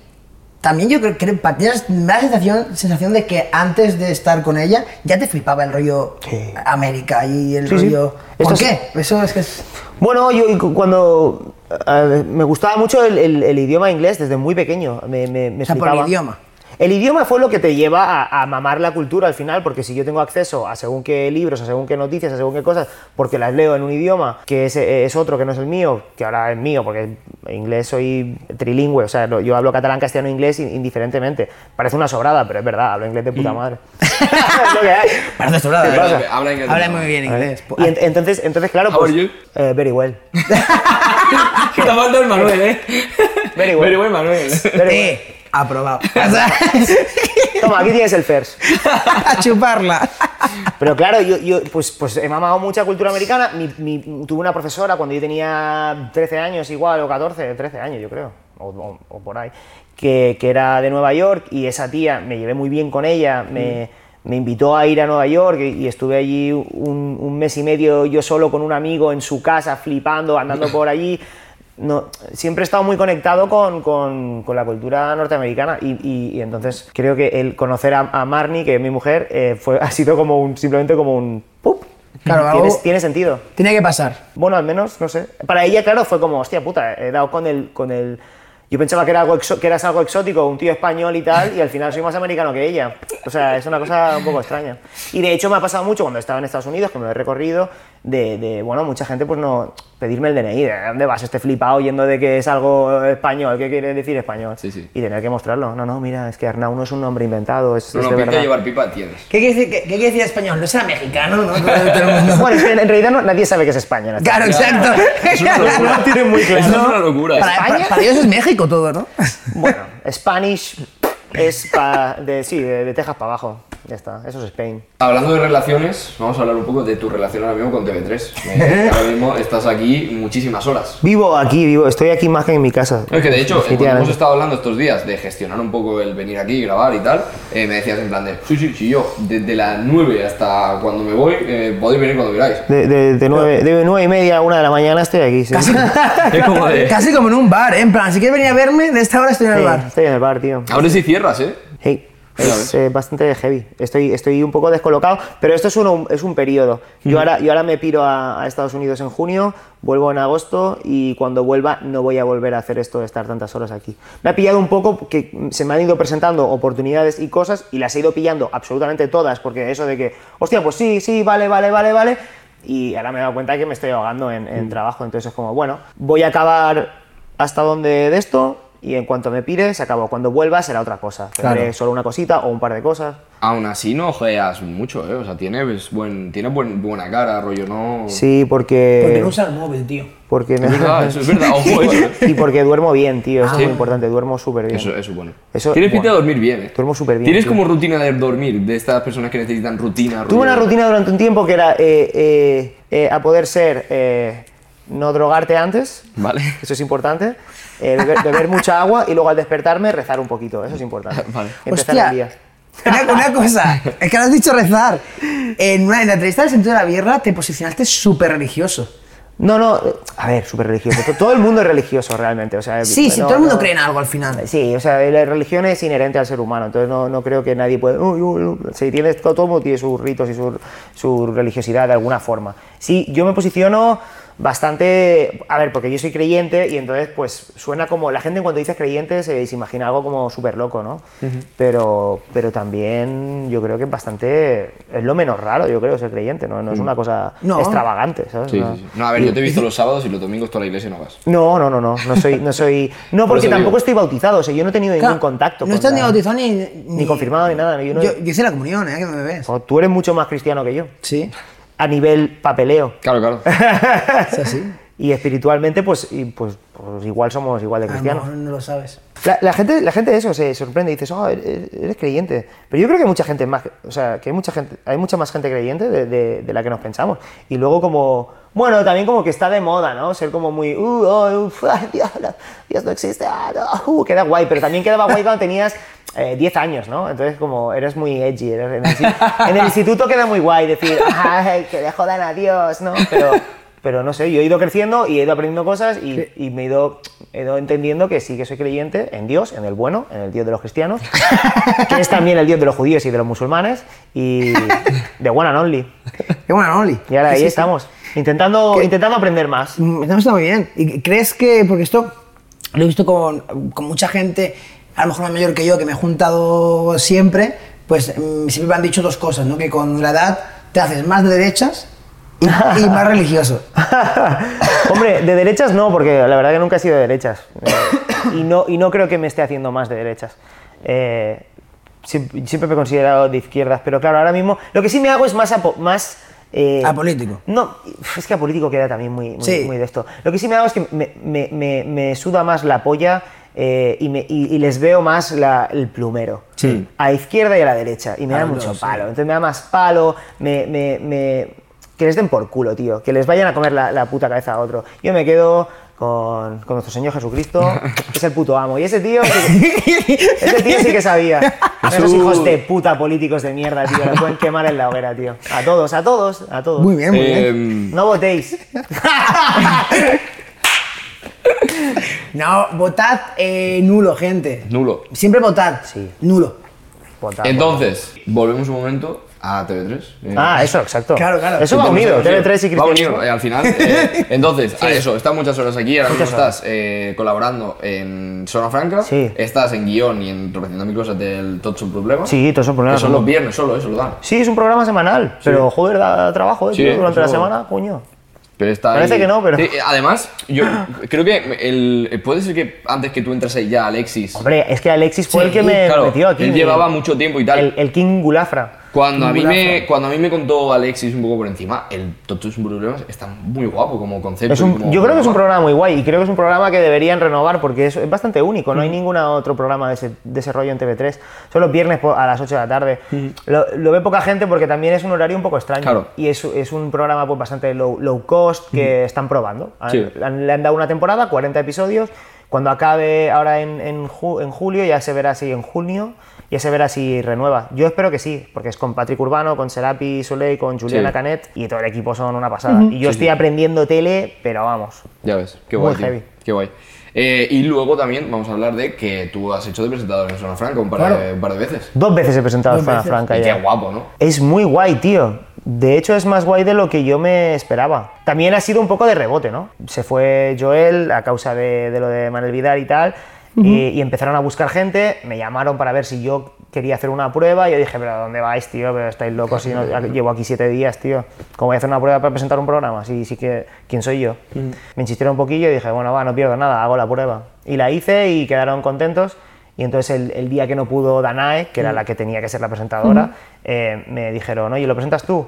[SPEAKER 2] también yo creo que pa- tienes- me da la sensación, sensación de que antes de estar con ella ya te flipaba el rollo
[SPEAKER 1] Sí.
[SPEAKER 2] América y el
[SPEAKER 1] Sí, sí.
[SPEAKER 2] rollo...
[SPEAKER 1] Esto
[SPEAKER 2] ¿Por
[SPEAKER 1] es-
[SPEAKER 2] qué? Eso es que es...
[SPEAKER 1] Bueno, yo cu- cuando eh, me gustaba mucho el, el- el idioma inglés desde muy pequeño, me, me, me
[SPEAKER 2] O sea, por
[SPEAKER 1] flipaba.
[SPEAKER 2] el idioma.
[SPEAKER 1] El idioma fue lo que te lleva a, a mamar la cultura al final, porque si yo tengo acceso a según qué libros, a según qué noticias, a según qué cosas, porque las leo en un idioma que es, eh, es otro, que no es el mío, que ahora es mío, porque en inglés soy trilingüe, o sea, no, yo hablo catalán, castellano, e inglés in- indiferentemente. Parece una sobrada, pero es verdad, hablo inglés de puta madre. Es lo que hay.
[SPEAKER 4] Parece sobrada,
[SPEAKER 1] ¿Qué
[SPEAKER 4] ¿eh?
[SPEAKER 1] pasa?
[SPEAKER 3] Habla inglés.
[SPEAKER 4] Habla muy bien inglés.
[SPEAKER 1] Y
[SPEAKER 2] pues,
[SPEAKER 1] ent- entonces, entonces, claro,
[SPEAKER 3] How
[SPEAKER 1] pues...
[SPEAKER 3] are you?
[SPEAKER 1] eh, very well.
[SPEAKER 3] Ah,
[SPEAKER 4] Te mando el Manuel, ¿eh?
[SPEAKER 1] Very well.
[SPEAKER 3] Very well, Manuel.
[SPEAKER 1] Very well.
[SPEAKER 4] Eh, aprobado. O sea,
[SPEAKER 1] Toma, aquí tienes el first.
[SPEAKER 4] a chuparla.
[SPEAKER 1] Pero claro, yo, yo, pues, pues he mamado mucha cultura americana. Mi- mi- tuve una profesora cuando yo tenía 13 años, igual, o 14, 13 años, yo creo, o, o- o por ahí, que, que era de Nueva York y esa tía, me llevé muy bien con ella, me, me invitó a ir a Nueva York y, y estuve allí un, un mes y medio yo solo con un amigo en su casa, flipando, andando por allí. No, siempre he estado muy conectado con, con- con la cultura norteamericana y, y- y entonces creo que el conocer a, a Marnie, que es mi mujer, eh, fue, ha sido como un, simplemente como un... ¡pup!
[SPEAKER 2] Claro,
[SPEAKER 1] Tienes-
[SPEAKER 2] algo-
[SPEAKER 1] tiene sentido.
[SPEAKER 2] Tenía que pasar.
[SPEAKER 1] Bueno, al menos, no sé. Para ella, claro, fue como, hostia puta, he dado con el... Con el yo pensaba que, era algo exo- que eras algo exótico, un tío español y tal, y al final soy más americano que ella. O sea, es una cosa un poco extraña. Y de hecho me ha pasado mucho cuando estaba en Estados Unidos, que me lo he recorrido, de, de, bueno, mucha gente pues no... Pedirme el DNI, ¿de dónde vas este flipado yendo de que es algo español? ¿Qué quiere decir español?
[SPEAKER 3] Sí, sí.
[SPEAKER 1] Y tener que mostrarlo. No, no, mira, es que Arnau no es un nombre inventado, es,
[SPEAKER 3] No,
[SPEAKER 1] es
[SPEAKER 3] no,
[SPEAKER 1] de
[SPEAKER 3] pinta
[SPEAKER 1] verdad.
[SPEAKER 3] de llevar pipa tienes.
[SPEAKER 2] ¿Qué quiere decir, qué, qué quiere decir español? No será mexicano, ¿no? Todo el mundo.
[SPEAKER 1] Bueno, es que en realidad no- nadie sabe que es España. ¿no?
[SPEAKER 4] Claro, exacto.
[SPEAKER 3] locura.
[SPEAKER 1] tiene muy
[SPEAKER 3] Eso es una locura.
[SPEAKER 4] Para, para- para ellos es México todo, ¿no?
[SPEAKER 1] Bueno, Spanish es pa- de, sí, de, de Texas para abajo. Ya está, eso es Spain.
[SPEAKER 3] Hablando de relaciones, vamos a hablar un poco de tu relación ahora mismo con TV3. Eh, ahora mismo estás aquí muchísimas horas.
[SPEAKER 1] Vivo aquí, vivo, estoy aquí más que en mi casa.
[SPEAKER 3] No, Es que de hecho, eh, cuando
[SPEAKER 1] Definitivamente.
[SPEAKER 3] hemos estado hablando estos días de gestionar un poco el venir aquí, grabar y tal, eh, me decías en plan de, sí, sí, sí, yo, desde las 9 hasta cuando me voy, eh, podéis venir cuando queráis.
[SPEAKER 1] De, de, de nueve, de nueve y media a una de la mañana estoy aquí, sí.
[SPEAKER 2] Casi,
[SPEAKER 3] Es como de-
[SPEAKER 2] casi como en un bar, ¿eh? En plan, si quieres venir a verme, de esta hora estoy en el
[SPEAKER 1] Sí,
[SPEAKER 2] bar.
[SPEAKER 1] estoy en el bar, tío.
[SPEAKER 3] Ahora sí cierras, ¿eh?
[SPEAKER 1] Hey,
[SPEAKER 3] Ya
[SPEAKER 1] es
[SPEAKER 3] ves.
[SPEAKER 1] eh, bastante heavy. Estoy, estoy un poco descolocado, pero esto es un, es un periodo. Yo, ahora, yo ahora me piro a, a Estados Unidos en junio, vuelvo en agosto y cuando vuelva no voy a volver a hacer esto de estar tantas horas aquí. Me ha pillado un poco que se me han ido presentando oportunidades y cosas y las he ido pillando absolutamente todas, porque eso de que, hostia, pues sí, sí, vale, vale, vale, vale. Y ahora me he dado cuenta que me estoy ahogando en, en trabajo, entonces es como, bueno, voy a acabar hasta donde de esto y en cuanto me pire, se acabó. Cuando vuelva será otra cosa. Tendré
[SPEAKER 4] Claro.
[SPEAKER 1] solo una cosita o un par de cosas.
[SPEAKER 3] Aún así no jodeas mucho, ¿eh? O sea, tienes, buen, tienes buen- buena cara, rollo, ¿no?
[SPEAKER 1] Sí, porque...
[SPEAKER 2] Porque no usa el móvil, tío.
[SPEAKER 1] porque no-
[SPEAKER 3] Es verdad, ah, eso es verdad, ojo eso. ¿eh?
[SPEAKER 1] y porque duermo bien, tío. Eso
[SPEAKER 3] Sí.
[SPEAKER 1] es muy importante. Duermo súper bien.
[SPEAKER 3] Eso, eso es bueno.
[SPEAKER 1] Eso-
[SPEAKER 3] Tienes pinta de
[SPEAKER 1] bueno.
[SPEAKER 3] dormir bien, ¿eh?
[SPEAKER 1] Duermo súper bien,
[SPEAKER 3] Tienes
[SPEAKER 1] tío.
[SPEAKER 3] como rutina de dormir, de estas personas que necesitan rutina.
[SPEAKER 1] Tuve
[SPEAKER 3] rollo-
[SPEAKER 1] una rutina durante un tiempo que era eh, eh, eh, a poder ser eh, no drogarte antes.
[SPEAKER 3] Vale.
[SPEAKER 1] Eso es importante. eh, beber, beber mucha agua y luego al despertarme rezar un poquito. Eso es importante.
[SPEAKER 3] Vale.
[SPEAKER 1] Empezar
[SPEAKER 2] Hostia.
[SPEAKER 1] el día.
[SPEAKER 2] Una, una cosa, es que ahora has dicho rezar. En una en la entrevista del sentido de la Bierra te posicionaste súper religioso.
[SPEAKER 1] No, no, eh, a ver, súper religioso. To- Todo el mundo es religioso realmente. O sea,
[SPEAKER 2] Sí, sí,
[SPEAKER 1] no,
[SPEAKER 2] todo el mundo
[SPEAKER 1] no-
[SPEAKER 2] cree en algo al final.
[SPEAKER 1] Sí, o sea, la religión es inherente al ser humano, entonces no, no creo que nadie pueda... "Oh, yo, yo". Sí, tiene, todo el mundo tiene sus ritos y su, su religiosidad de alguna forma. Sí, yo me posiciono bastante... A ver, porque yo soy creyente y entonces pues suena como... La gente cuando dice creyente se, se imagina algo como súper loco, ¿no? pero, pero también yo creo que es bastante... Es lo menos raro, yo creo, ser creyente, ¿no? No es una cosa
[SPEAKER 2] Mm. No.
[SPEAKER 1] extravagante, ¿sabes?
[SPEAKER 3] Sí,
[SPEAKER 1] No.
[SPEAKER 3] sí, sí. No, a ver, yo te he visto los sábados y los domingos toda la iglesia no vas.
[SPEAKER 1] No, no, no, no, no soy, no soy, no
[SPEAKER 3] Por
[SPEAKER 1] porque
[SPEAKER 3] eso digo.
[SPEAKER 1] tampoco estoy bautizado, o sea, yo no he tenido ningún
[SPEAKER 2] Claro,
[SPEAKER 1] contacto.
[SPEAKER 2] No
[SPEAKER 1] con
[SPEAKER 2] estás ni
[SPEAKER 1] la-
[SPEAKER 2] bautizado ni,
[SPEAKER 1] ni confirmado ni nada, yo
[SPEAKER 2] Yo,
[SPEAKER 1] no-
[SPEAKER 2] yo hice la comunión, ¿eh? Que me ves.
[SPEAKER 1] O tú eres mucho más cristiano que yo,
[SPEAKER 2] Sí,
[SPEAKER 1] a nivel papeleo.
[SPEAKER 3] Claro, claro.
[SPEAKER 2] es así.
[SPEAKER 1] Y espiritualmente, pues, y, pues, pues igual somos igual de
[SPEAKER 2] A lo
[SPEAKER 1] cristianos.
[SPEAKER 2] mejor Ah, no lo sabes.
[SPEAKER 1] La, la gente, la gente eso se sorprende y dices, oh, eres, eres creyente. Pero yo creo que hay mucha gente más, o sea, que hay mucha gente, hay mucha más gente creyente de, de- de la que nos pensamos. Y luego como, bueno, también como que está de moda, ¿no? Ser como muy, uh, oh, uf, ay, Dios, no, Dios no existe, ah, no, uh, queda guay. Pero también quedaba guay cuando tenías eh, 10 años, ¿no? Entonces como eres muy edgy, eres en, el, insti- en el instituto queda muy guay decir, ay, que le jodan a Dios, ¿no? Pero... Pero no sé, yo he ido creciendo y he ido aprendiendo cosas y, y me he ido, he ido entendiendo que sí que soy creyente en Dios, en el bueno, en el Dios de los cristianos, que es también el Dios de los judíos y de los musulmanes, y de one and only.
[SPEAKER 2] Qué bueno, Oli.
[SPEAKER 1] Y ahora
[SPEAKER 2] Sí,
[SPEAKER 1] ahí
[SPEAKER 2] sí, sí.
[SPEAKER 1] estamos, intentando,
[SPEAKER 2] ¿Qué?
[SPEAKER 1] intentando aprender más.
[SPEAKER 2] Mm, Está, está muy bien. ¿Y crees que, porque esto lo he visto con, con mucha gente, a lo mejor más mayor que yo, que me he juntado siempre, pues mm, siempre me han dicho dos cosas, ¿no? Que con la edad te haces más de derechas y, y más religioso.
[SPEAKER 1] Hombre, de derechas no, porque la verdad que nunca he sido de derechas. Eh, y, no, y no creo que me esté haciendo más de derechas. Eh, siem- siempre, me he considerado de izquierdas, pero claro, ahora mismo lo que sí me hago es más... apo- más eh,
[SPEAKER 2] Apolítico.
[SPEAKER 1] No, es que apolítico queda también muy, muy,
[SPEAKER 2] Sí.
[SPEAKER 1] muy de esto. Lo que sí me hago es que me, me- me- me suda más la polla eh, y, me- y- y les veo más la- el plumero.
[SPEAKER 2] Sí.
[SPEAKER 1] A izquierda y a la derecha. Y me da
[SPEAKER 2] los
[SPEAKER 1] mucho
[SPEAKER 2] dos, sí.
[SPEAKER 1] palo. Entonces me da más palo, me, me- me- que les den por culo, tío. Que les vayan a comer la, la puta cabeza a otro. Yo me quedo con, con nuestro Señor Jesucristo, que es el puto amo. Y ese tío, sí que- ese tío sí que sabía. Esos
[SPEAKER 3] Jesús.
[SPEAKER 1] hijos de puta políticos de mierda, tío. Los pueden quemar en la hoguera, tío. A todos, a todos, a todos.
[SPEAKER 2] Muy bien, muy bien.
[SPEAKER 3] Em,
[SPEAKER 1] No votéis.
[SPEAKER 2] No, votad eh, nulo, gente.
[SPEAKER 3] Nulo.
[SPEAKER 2] Siempre votad.
[SPEAKER 1] Sí.
[SPEAKER 2] Nulo.
[SPEAKER 1] Votad,
[SPEAKER 3] Entonces, volvemos un momento a TV3. eh,
[SPEAKER 1] votad. Ah, eso, exacto.
[SPEAKER 2] Claro, claro.
[SPEAKER 1] Eso va
[SPEAKER 3] Entonces,
[SPEAKER 1] unido,
[SPEAKER 3] sí,
[SPEAKER 1] TV3 y
[SPEAKER 3] va
[SPEAKER 1] cristianismo.
[SPEAKER 3] unido, eh, al final. eh, entonces, a eso, estás muchas horas aquí, ahora mismo estás eh, colaborando en Zona Franca,
[SPEAKER 1] Sí.
[SPEAKER 3] estás en guión y en repitiendo mil cosas del Tot Sun Problema.
[SPEAKER 1] Sí, todos son
[SPEAKER 3] Que
[SPEAKER 1] problemas.
[SPEAKER 3] son
[SPEAKER 1] ¿no?
[SPEAKER 3] los viernes solo, eso lo dan.
[SPEAKER 1] Sí, es un programa semanal, pero joder, da trabajo, eh,
[SPEAKER 3] Sí,
[SPEAKER 1] tío, durante la
[SPEAKER 3] eso-
[SPEAKER 1] semana, coño.
[SPEAKER 3] Pero está
[SPEAKER 1] Parece
[SPEAKER 3] ahí.
[SPEAKER 1] que no, pero-
[SPEAKER 3] Sí, eh, además, yo creo que el, eh, puede ser que antes que tú entrase ya Alexis.
[SPEAKER 1] Hombre, es que Alexis fue el que me
[SPEAKER 3] claro,
[SPEAKER 1] metió aquí.
[SPEAKER 3] Él
[SPEAKER 1] mi-
[SPEAKER 3] llevaba mucho tiempo y tal.
[SPEAKER 1] El, el King Gulafra.
[SPEAKER 3] Cuando a, mí me,
[SPEAKER 1] Gulazo.
[SPEAKER 3] cuando a mí me contó Alexis un poco por encima, el Totus Problemas está muy guapo como concepto.
[SPEAKER 1] Es
[SPEAKER 3] y
[SPEAKER 1] un-
[SPEAKER 3] como-
[SPEAKER 1] yo creo que es un programa muy guay y creo que es un programa que deberían renovar porque es, es bastante único. No hay ningún otro programa de ese, de ese rollo en TV3. Son los viernes po- a las 8 de la tarde. Lo, lo ve poca gente porque también es un horario un poco extraño.
[SPEAKER 3] Claro.
[SPEAKER 1] Y es, es un programa pues, bastante low, low cost que están probando. Han-
[SPEAKER 3] Sí.
[SPEAKER 1] Le han, le han dado una temporada, 40 episodios. Cuando acabe ahora en, en ju- en julio, ya se verá si en junio, ya se verá si renueva. Yo espero que sí, porque es con Patrick Urbano, con Serapi Soleil, con Juliana
[SPEAKER 3] Sí.
[SPEAKER 1] Canet y todo el equipo son una pasada. Y yo estoy aprendiendo tele, pero vamos.
[SPEAKER 3] Ya ves, qué
[SPEAKER 1] Muy
[SPEAKER 3] guay. tío,
[SPEAKER 1] heavy.
[SPEAKER 3] Qué guay. Eh, y luego también vamos a hablar de que tú has hecho de presentador en Zona Franca un par, de, un par de veces.
[SPEAKER 1] Dos veces he presentado a Zona Franca
[SPEAKER 3] Y
[SPEAKER 1] ya.
[SPEAKER 3] qué guapo, ¿no?
[SPEAKER 1] Es muy guay, tío. De hecho, es más guay de lo que yo me esperaba. También ha sido un poco de rebote, ¿no? Se fue Joel a causa de, de lo de Manuel Vidal y tal, y, y empezaron a buscar gente, me llamaron para ver si yo quería hacer una prueba, y yo dije, pero ¿a dónde vais, tío? Pero estáis locos, si no- llevo aquí siete días, tío. ¿Cómo voy a hacer una prueba para presentar un programa? Sí, sí que, ¿quién soy yo? Me insistieron un poquillo y dije, bueno, va, no pierdo nada, hago la prueba. Y la hice y quedaron contentos. Y entonces el, el día que no pudo Danae,
[SPEAKER 2] Mm.
[SPEAKER 1] que era la que tenía que ser la presentadora, eh, me dijeron, oye, ¿lo presentas tú?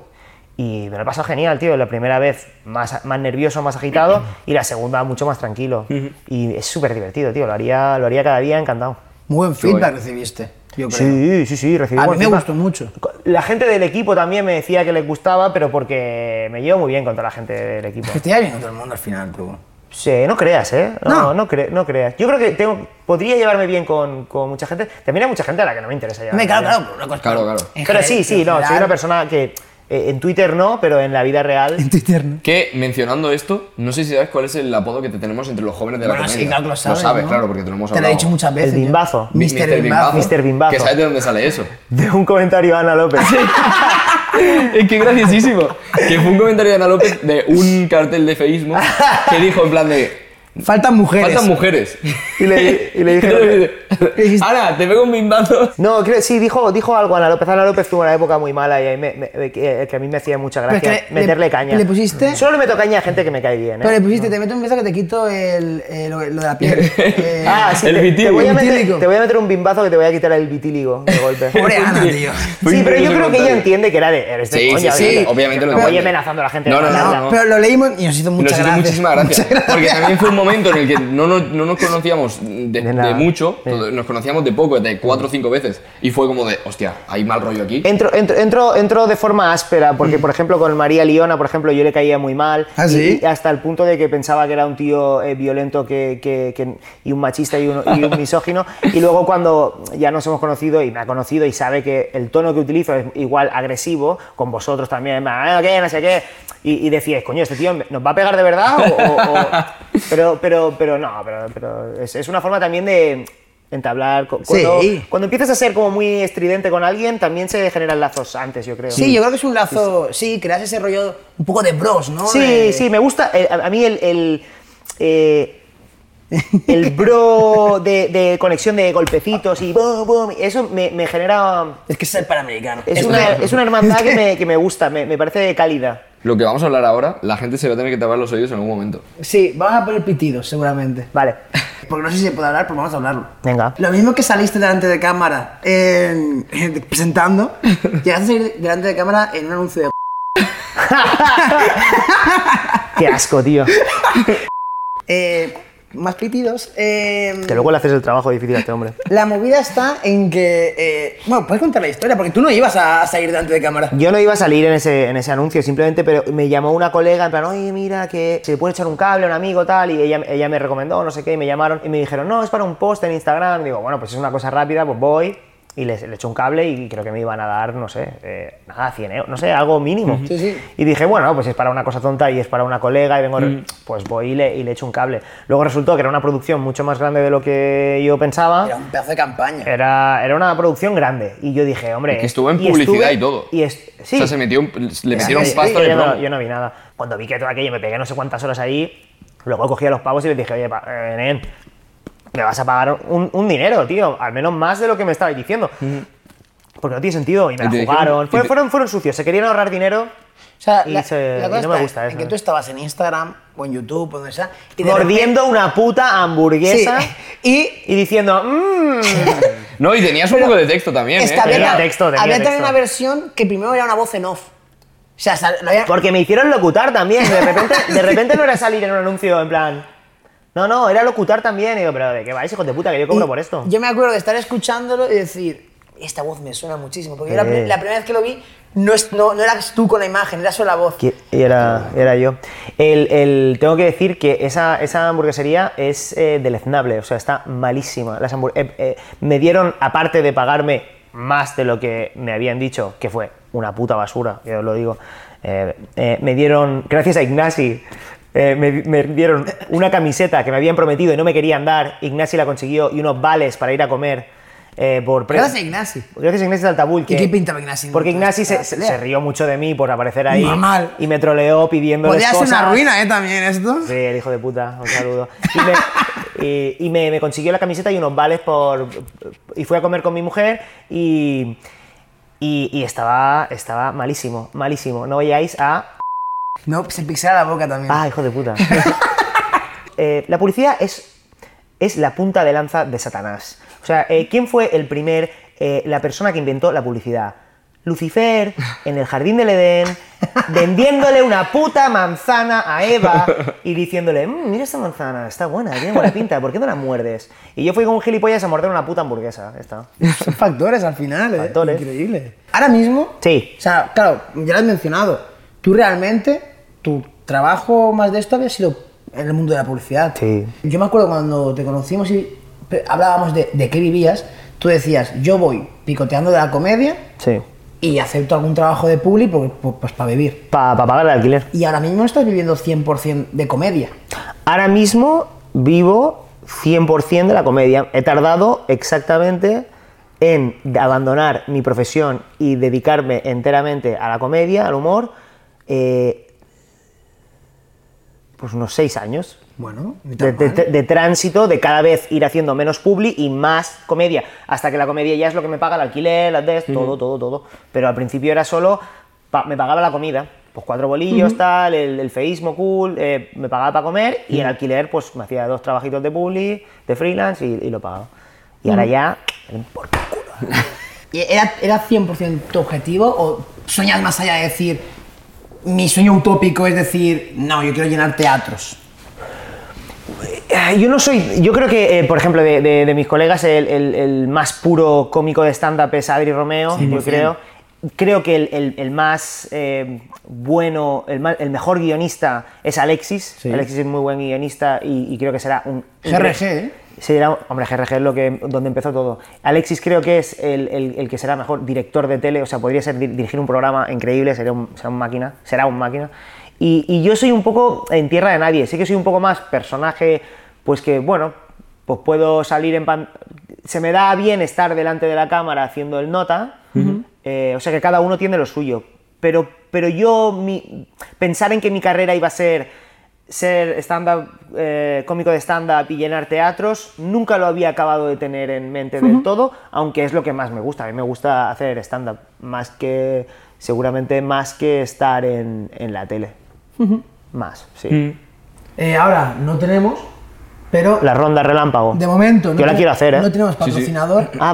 [SPEAKER 1] Y me lo he pasado genial, tío. La primera vez más, más nervioso, más agitado, y la segunda mucho más tranquilo. Y es súper divertido, tío. Lo haría, lo haría cada día encantado.
[SPEAKER 2] Muy buen feedback
[SPEAKER 3] guay.
[SPEAKER 2] recibiste, yo creo.
[SPEAKER 1] Sí, sí, sí, recibí
[SPEAKER 2] A mí
[SPEAKER 1] buen
[SPEAKER 2] me
[SPEAKER 1] feedback.
[SPEAKER 2] gustó mucho.
[SPEAKER 1] La gente del equipo también me decía que les gustaba, pero porque me llevo muy bien con toda la gente del equipo.
[SPEAKER 2] Que te llevas bien con todo el mundo al final, tú.
[SPEAKER 1] Sí, no creas, ¿eh? No,
[SPEAKER 2] No.
[SPEAKER 1] no, cre- no creas. Yo creo que tengo, podría llevarme bien con, con mucha gente. También hay mucha gente a la que no me interesa llevarme
[SPEAKER 2] Hombre, claro,
[SPEAKER 1] bien.
[SPEAKER 2] claro. una cosa-
[SPEAKER 3] Claro, claro.
[SPEAKER 2] en
[SPEAKER 1] Pero
[SPEAKER 2] general-
[SPEAKER 1] sí, sí,
[SPEAKER 2] en
[SPEAKER 1] no, soy
[SPEAKER 2] general-
[SPEAKER 1] una persona que eh, en Twitter no, pero en la vida real.
[SPEAKER 2] En Twitter, ¿no?
[SPEAKER 3] Que mencionando esto, no sé si sabes cuál es el apodo que te tenemos entre los jóvenes de la
[SPEAKER 2] Bueno,
[SPEAKER 3] comedia.
[SPEAKER 2] sí, claro que lo sabes. ¿no?
[SPEAKER 3] claro, porque te lo hemos
[SPEAKER 2] Te lo he
[SPEAKER 3] hablado.
[SPEAKER 2] dicho muchas veces.
[SPEAKER 1] El
[SPEAKER 2] yo.
[SPEAKER 1] bimbazo.
[SPEAKER 3] Mi-
[SPEAKER 2] Mr. Bimbazo.
[SPEAKER 1] Mr. Bimbazo.
[SPEAKER 3] Que sabes de dónde sale eso.
[SPEAKER 1] De un comentario a Ana López.
[SPEAKER 3] Es que graciosísimo. Que fue un comentario de Ana López de un cartel de feísmo que dijo en plan de.
[SPEAKER 2] Faltan mujeres.
[SPEAKER 3] Faltan mujeres.
[SPEAKER 1] Y le- y le dije-
[SPEAKER 3] dije. Ana, te pego un bimbazo.
[SPEAKER 1] No, creo, sí, dijo, dijo algo Ana López. Ana López tuvo una época muy mala y ahí me- me- que, que a mí me hacía mucha
[SPEAKER 2] Pero es
[SPEAKER 1] gracia
[SPEAKER 2] que le-
[SPEAKER 1] meterle
[SPEAKER 2] le-
[SPEAKER 1] caña. Mm.
[SPEAKER 2] le pusiste-
[SPEAKER 1] Solo le meto caña a gente que me cae bien. ¿eh?
[SPEAKER 2] Pero le pusiste, te meto un beso que te quito el, eh, lo, lo de la piel. Eh,
[SPEAKER 1] Ah, sí,
[SPEAKER 3] El
[SPEAKER 1] te, te
[SPEAKER 3] vitíligo.
[SPEAKER 1] voy a meter,
[SPEAKER 2] Vitíligo.
[SPEAKER 1] te voy a meter un bimbazo que te voy a quitar el vitíligo de golpe.
[SPEAKER 2] Pobre Ana, tío.
[SPEAKER 3] Fue
[SPEAKER 1] Sí, pero yo
[SPEAKER 3] increíble
[SPEAKER 1] creo que
[SPEAKER 3] comentario.
[SPEAKER 1] ella entiende que era de. eres de
[SPEAKER 3] Sí,
[SPEAKER 1] coña,
[SPEAKER 3] sí, sí, obviamente lo
[SPEAKER 1] No voy
[SPEAKER 3] entiende.
[SPEAKER 1] amenazando a la gente.
[SPEAKER 3] No,
[SPEAKER 1] de
[SPEAKER 3] no, no,
[SPEAKER 1] matarla.
[SPEAKER 3] no.
[SPEAKER 2] Pero lo leímos y nos hizo mucha
[SPEAKER 3] Nos hizo
[SPEAKER 2] gracia.
[SPEAKER 3] muchísimas gracias.
[SPEAKER 2] Muchas gracias.
[SPEAKER 3] Porque también fue un momento en el que no nos, no nos conocíamos de,
[SPEAKER 1] De nada.
[SPEAKER 3] de mucho,
[SPEAKER 1] Sí.
[SPEAKER 3] todo- nos conocíamos de poco, de cuatro o cinco veces. Y fue como de, hostia, hay mal rollo aquí.
[SPEAKER 1] Entro, entro, entro, entro de forma áspera, porque por ejemplo con María Liona, por ejemplo, yo le caía muy mal.
[SPEAKER 2] Mm. ¿Ah,
[SPEAKER 1] y-
[SPEAKER 2] sí?
[SPEAKER 1] y hasta el punto de que pensaba que era un tío eh, violento que, que- que- y un machista y un, y un misógino. Y luego cuando ya nos hemos conocido y me ha conocido y sabe que el tono que utilizo es igual agresivo, con vosotros también, en plan, "Ah, ¿qué? No sé qué. Y, y decíais, coño, este tío nos va a pegar de verdad. o- o- o-". Pero, pero, pero no, pero, pero es, es una forma también de entablar co- cuando,
[SPEAKER 2] Sí.
[SPEAKER 1] cuando empiezas a ser como muy estridente con alguien, también se generan lazos antes, yo creo.
[SPEAKER 2] Sí, yo creo que es un lazo. Sí, creas ese rollo un poco de bros, ¿no?
[SPEAKER 1] Sí,
[SPEAKER 2] De-
[SPEAKER 1] sí, me gusta. eh, a a mí el. el, eh, el bro de, de conexión de golpecitos y boom, boom, eso me, me genera...
[SPEAKER 2] Es que es el panamericano.
[SPEAKER 1] Es una, es una hermandad que me, que me gusta, me, me parece de calidad.
[SPEAKER 3] Lo que vamos a hablar ahora, la gente se va a tener que tapar los oídos en algún momento.
[SPEAKER 2] Sí, vamos a poner pitidos, seguramente.
[SPEAKER 1] Vale,
[SPEAKER 2] Porque no sé si se puede hablar, pero vamos a hablarlo.
[SPEAKER 1] venga.
[SPEAKER 2] Lo mismo que saliste delante de cámara en- en- presentando, llegaste a salir delante de cámara en un anuncio de...
[SPEAKER 1] Qué asco, tío.
[SPEAKER 2] Eh, más pitidos. eh,
[SPEAKER 1] Que luego le haces el trabajo difícil a este hombre.
[SPEAKER 2] la movida está en que... eh, bueno, puedes contar la historia, porque tú no ibas a, a salir delante de cámara.
[SPEAKER 1] Yo no iba a salir en ese, en ese anuncio, simplemente, pero me llamó una colega en plan, oye, mira, que se le puede echar un cable a un amigo, tal, y ella, ella me recomendó, no sé qué, y me llamaron y me dijeron, no, es para un post en Instagram. Y digo, bueno, pues es una cosa rápida, pues voy. Y les- le echo un cable y creo que me iban a dar, no sé, eh, nada, 100 euros, no sé, algo mínimo.
[SPEAKER 2] Sí, sí.
[SPEAKER 1] Y dije, bueno, pues es para una cosa tonta y es para una colega y vengo,
[SPEAKER 2] Mm.
[SPEAKER 1] pues voy y le, y le echo un cable. Luego resultó que era una producción mucho más grande de lo que yo pensaba.
[SPEAKER 2] Era un pedazo de campaña.
[SPEAKER 1] Eh, Era, era una producción grande. Y yo dije, hombre.
[SPEAKER 3] Y que estuvo en
[SPEAKER 1] y estuve-
[SPEAKER 3] publicidad y todo.
[SPEAKER 1] Y es- sí.
[SPEAKER 3] O sea, se metió, un- le metieron
[SPEAKER 2] sí,
[SPEAKER 3] pasta
[SPEAKER 1] Yo
[SPEAKER 3] de
[SPEAKER 1] no-
[SPEAKER 3] promo.
[SPEAKER 1] yo no vi nada. Cuando vi que todo aquello me pegué no sé cuántas horas ahí, luego cogí a los pavos y les dije, oye, pa- eh, nen, me vas a pagar un, un dinero, tío. Al menos más de lo que me estabais diciendo. Porque no tiene sentido. Y me
[SPEAKER 3] Y
[SPEAKER 1] la
[SPEAKER 3] te dijeron-
[SPEAKER 1] jugaron.
[SPEAKER 3] y
[SPEAKER 1] Fue-
[SPEAKER 3] te-
[SPEAKER 1] fueron, fueron sucios. Se querían ahorrar dinero.
[SPEAKER 2] O sea,
[SPEAKER 1] Y
[SPEAKER 2] la,
[SPEAKER 1] se-
[SPEAKER 2] la cosa
[SPEAKER 1] y no me
[SPEAKER 2] está
[SPEAKER 1] gusta
[SPEAKER 2] en
[SPEAKER 1] eso,
[SPEAKER 2] que
[SPEAKER 1] ¿no?
[SPEAKER 2] tú estabas en Instagram o en YouTube o donde sea y de
[SPEAKER 1] Mordiendo una puta
[SPEAKER 2] repente-
[SPEAKER 1] hamburguesa
[SPEAKER 2] Sí, y
[SPEAKER 1] y diciendo, mmm.
[SPEAKER 3] No, y tenías un poco de texto también,
[SPEAKER 2] es que
[SPEAKER 3] ¿eh?
[SPEAKER 2] había,
[SPEAKER 1] Tenía
[SPEAKER 2] ta-
[SPEAKER 1] texto, tenía
[SPEAKER 2] había también
[SPEAKER 1] texto.
[SPEAKER 2] una versión que primero era una voz en off. O sea, sal- lo había-
[SPEAKER 1] Porque me hicieron locutar también. De repente, de repente no era salir en un anuncio en plan. No, no, era locutar también. Y digo, pero ¿de qué vais, hijos de puta? Que yo cobro
[SPEAKER 2] y
[SPEAKER 1] por esto.
[SPEAKER 2] Yo me acuerdo de estar escuchándolo y decir, esta voz me suena muchísimo. Porque yo la, pri-
[SPEAKER 1] Sí.
[SPEAKER 2] la primera vez que lo vi, no, es, no, no eras tú con la imagen, era solo la voz.
[SPEAKER 1] Que- Y era, era yo. El, el- tengo que decir que esa, esa hamburguesería es eh, deleznable, o sea, está malísima. Las hambur- eh, eh, me dieron, aparte de pagarme más de lo que me habían dicho, que fue una puta basura, yo os lo digo, eh, eh, me dieron, gracias a Ignasi, eh, me, me dieron una camiseta que me habían prometido y no me querían dar, Ignasi la consiguió, y unos vales para ir a comer eh, por... pre-
[SPEAKER 2] Gracias a Ignasi.
[SPEAKER 1] Gracias a Ignasi Saltabull.
[SPEAKER 2] ¿Y
[SPEAKER 1] que-
[SPEAKER 2] qué pintaba Ignasi en
[SPEAKER 1] Porque
[SPEAKER 2] toda
[SPEAKER 1] Ignasi
[SPEAKER 2] esta
[SPEAKER 1] se, se-
[SPEAKER 2] pelea?
[SPEAKER 1] se rió mucho de mí por aparecer ahí.
[SPEAKER 2] Normal.
[SPEAKER 1] Y me troleó pidiéndoles
[SPEAKER 2] Podría ser
[SPEAKER 1] cosas.
[SPEAKER 2] una ruina, ¿eh? También esto.
[SPEAKER 1] Sí, el hijo de puta, un saludo. Y, me, y- y me- me consiguió la camiseta y unos vales por... Y fui a comer con mi mujer y... Y, y estaba, estaba malísimo, malísimo. No vayáis a...
[SPEAKER 2] No, se pixela la boca también.
[SPEAKER 1] Ah, hijo de puta. Eh, la publicidad es, es la punta de lanza de Satanás. O sea, eh, ¿quién fue el primer, eh, la persona que inventó la publicidad? Lucifer, en el jardín del Edén, vendiéndole una puta manzana a Eva y diciéndole, "Mm, mira esta manzana, está buena, tiene buena pinta, ¿por qué no la muerdes? Y yo fui con un gilipollas a morder una puta hamburguesa. ya Está.
[SPEAKER 2] Son factores al final, ¿eh?
[SPEAKER 1] Factores.
[SPEAKER 2] Increíble. Ahora mismo.
[SPEAKER 1] Sí.
[SPEAKER 2] O sea, claro, ya lo has mencionado. Tú realmente, tu trabajo más de esto había sido en el mundo de la publicidad.
[SPEAKER 1] Sí.
[SPEAKER 2] Yo me acuerdo cuando te conocimos y pe- hablábamos de, de qué vivías, tú decías, yo voy picoteando de la comedia
[SPEAKER 1] Sí.
[SPEAKER 2] y acepto algún trabajo de publi por- por- pues para vivir.
[SPEAKER 1] Para pagar el alquiler.
[SPEAKER 2] Y ahora mismo estás viviendo 100% de comedia.
[SPEAKER 1] Ahora mismo vivo 100% de la comedia. He tardado exactamente en abandonar mi profesión y dedicarme enteramente a la comedia, al humor, eh, pues unos seis años
[SPEAKER 2] Bueno, ni
[SPEAKER 1] de,
[SPEAKER 2] tan
[SPEAKER 1] de-
[SPEAKER 2] mal.
[SPEAKER 1] de- de tránsito, de cada vez ir haciendo menos publi y más comedia, hasta que la comedia ya es lo que me paga el alquiler, las des, todo, todo, todo. Pero al principio era solo, pa- me pagaba la comida, pues cuatro bolillos, tal, el, el feísmo cool, eh, me pagaba para comer y el alquiler, pues me hacía dos trabajitos de publi, de freelance y, y lo pagaba. Y ahora ya,
[SPEAKER 2] ¿Y ¿E-, ¿Era, era 100% tu objetivo o soñas más allá de decir, mi sueño utópico es decir, no, yo quiero llenar teatros?
[SPEAKER 1] Eh, Yo no soy. Yo creo que, eh, por ejemplo, de, de- de mis colegas, el, el- el más puro cómico de stand-up es Adri Romeo, yo creo. Creo que el, el- el más eh, bueno, el, ma- el mejor guionista es Alexis. Alexis es muy buen guionista y, y creo que será un. un-
[SPEAKER 2] GRG, ¿eh?
[SPEAKER 1] será- hombre, GRG es lo que, donde empezó todo. Alexis creo que es el, el- el que será mejor director de tele, o sea, podría ser dir- dirigir un programa increíble, sería un, será un máquina, será un máquina. Y, y yo soy un poco en tierra de nadie, sí que soy un poco más personaje, pues que, bueno, pues puedo salir en pan... Se me da bien estar delante de la cámara haciendo el nota, eh, o sea que cada uno tiene lo suyo. Pero, pero yo, mi- pensar en que mi carrera iba a ser ser stand-up, eh, cómico de stand-up y llenar teatros, nunca lo había acabado de tener en mente del todo, aunque es lo que más me gusta. A mí me gusta hacer stand-up, más que, seguramente más que estar en, en la tele. Más, sí.
[SPEAKER 2] Eh, ahora no tenemos, pero
[SPEAKER 1] La ronda relámpago.
[SPEAKER 2] de momento. No
[SPEAKER 1] Yo la
[SPEAKER 2] tenemos-
[SPEAKER 1] quiero hacer, ¿eh?
[SPEAKER 2] No tenemos
[SPEAKER 3] Sí, sí.
[SPEAKER 2] patrocinador.
[SPEAKER 1] Ah,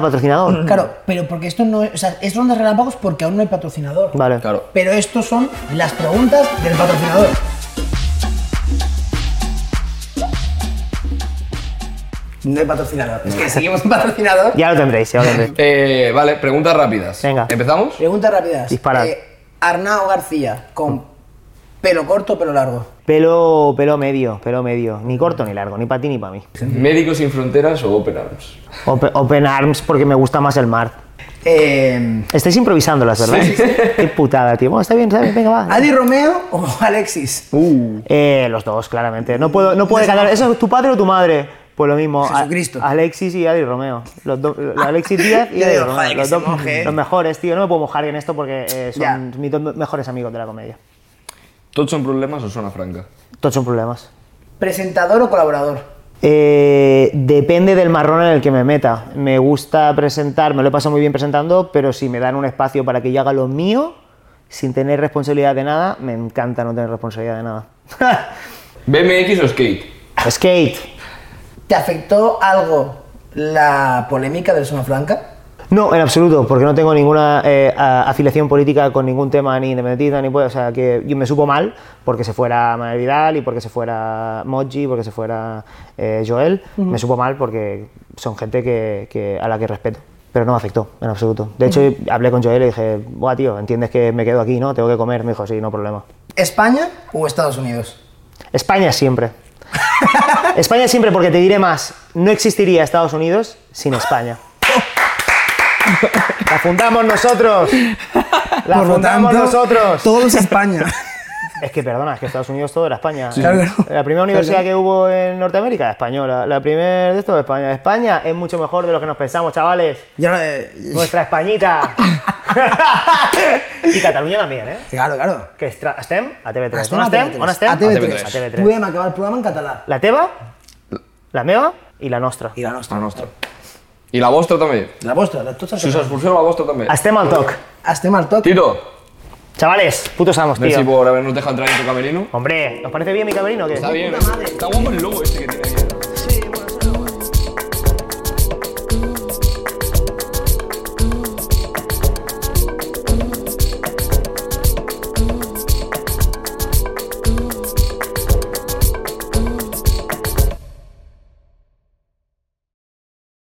[SPEAKER 1] patrocinador.
[SPEAKER 2] Claro, pero porque esto no es. O sea, es rondas relámpagos porque aún no hay patrocinador.
[SPEAKER 1] Vale.
[SPEAKER 3] Claro.
[SPEAKER 2] Pero estos son las preguntas del patrocinador. No hay patrocinador. Es que seguimos sin patrocinador.
[SPEAKER 1] Ya lo tendréis, ya lo tendréis.
[SPEAKER 3] Eh, vale, preguntas rápidas.
[SPEAKER 1] Venga.
[SPEAKER 3] ¿Empezamos?
[SPEAKER 2] Preguntas rápidas.
[SPEAKER 1] Disparad.
[SPEAKER 2] Arnao García, con pelo corto o pelo largo.
[SPEAKER 1] Pelo, pelo medio, pelo medio. Ni corto ni largo, ni para ti ni para mí.
[SPEAKER 3] ¿Médicos sin fronteras o Open Arms?
[SPEAKER 1] Ope- open arms porque me gusta más el mar.
[SPEAKER 2] Eh,
[SPEAKER 1] Estáis improvisándolas, ¿verdad? Qué putada, tío. Bueno, está bien, está bien, venga, va.
[SPEAKER 2] ¿Adi Romeo o Alexis?
[SPEAKER 1] Eh, los dos, claramente. No puedo, no puede ganar. ¿Eso es tu padre o tu madre? Pues lo mismo. A-
[SPEAKER 2] Jesucristo.
[SPEAKER 1] Alexis y Adi Romeo. Los dos- Alexis Díaz y
[SPEAKER 2] Ya
[SPEAKER 1] Adi
[SPEAKER 2] digo,
[SPEAKER 1] Romeo.
[SPEAKER 2] joder, que
[SPEAKER 1] Los,
[SPEAKER 2] se
[SPEAKER 1] dos-
[SPEAKER 2] moje, eh.
[SPEAKER 1] los mejores, tío. No me puedo mojar en esto porque eh, son
[SPEAKER 2] Ya.
[SPEAKER 1] mis dos mejores amigos de la comedia.
[SPEAKER 3] ¿Todos son problemas o suena franca?
[SPEAKER 1] Todos son problemas.
[SPEAKER 2] ¿Presentador o colaborador?
[SPEAKER 1] Eh, depende del marrón en el que me meta. Me gusta presentar, me lo he pasado muy bien presentando, pero si me dan un espacio para que yo haga lo mío, sin tener responsabilidad de nada, me encanta no tener responsabilidad de nada.
[SPEAKER 3] ¿BMX o skate?
[SPEAKER 1] Skate.
[SPEAKER 2] ¿Te afectó algo la polémica del Zona Franca?
[SPEAKER 1] No, en absoluto, porque no tengo ninguna eh, a- afiliación política con ningún tema, ni independentista, ni pues, o sea, que yo me supo mal porque se fuera Manuel Vidal y porque se fuera Moji, porque se fuera eh, Joel, me supo mal porque son gente que, que- a la que respeto, pero no me afectó, en absoluto. De hecho, hablé con Joel y dije, buah, tío, entiendes que me quedo aquí, ¿no? Tengo que comer, me dijo, sí, no problema.
[SPEAKER 2] ¿España o Estados Unidos?
[SPEAKER 1] España siempre. España siempre, porque te diré más, no existiría Estados Unidos sin España. La fundamos nosotros. La fundamos nosotros.
[SPEAKER 2] Todos España.
[SPEAKER 1] Es que perdona, es que Estados Unidos todo era España.
[SPEAKER 2] Claro que no.
[SPEAKER 1] La primera universidad que hubo en Norteamérica, española. La primera de estos, España. España es mucho mejor de lo que nos pensamos, chavales.
[SPEAKER 2] Yo no, eh,
[SPEAKER 1] Nuestra Españita. y Cataluña también, ¿eh?
[SPEAKER 2] claro, claro.
[SPEAKER 1] Que estra- estem a TV3.
[SPEAKER 2] Estem
[SPEAKER 1] On
[SPEAKER 2] a
[SPEAKER 1] estem?
[SPEAKER 2] TV3.
[SPEAKER 1] On estem?
[SPEAKER 2] A TV3.
[SPEAKER 1] A TV3.
[SPEAKER 2] Podem acabar el programa en català.
[SPEAKER 1] La teva, la meva i la nostra.
[SPEAKER 2] I la nostra.
[SPEAKER 3] La nostra. ¿Y la vostra también?
[SPEAKER 2] La vostra, de tots els
[SPEAKER 3] Si us expulseu, la vostra també.
[SPEAKER 1] Estem al toc.
[SPEAKER 2] Estem al toc.
[SPEAKER 3] Tito,
[SPEAKER 1] Chavales, putos amos,
[SPEAKER 3] merci
[SPEAKER 1] tío.
[SPEAKER 3] por habernos dejado entrar en tu camerino. Pues
[SPEAKER 1] Hombre, ¿os parece bien mi camerino o qué?
[SPEAKER 3] Está bien, ¿eh? Está guapo el logo este que tiene.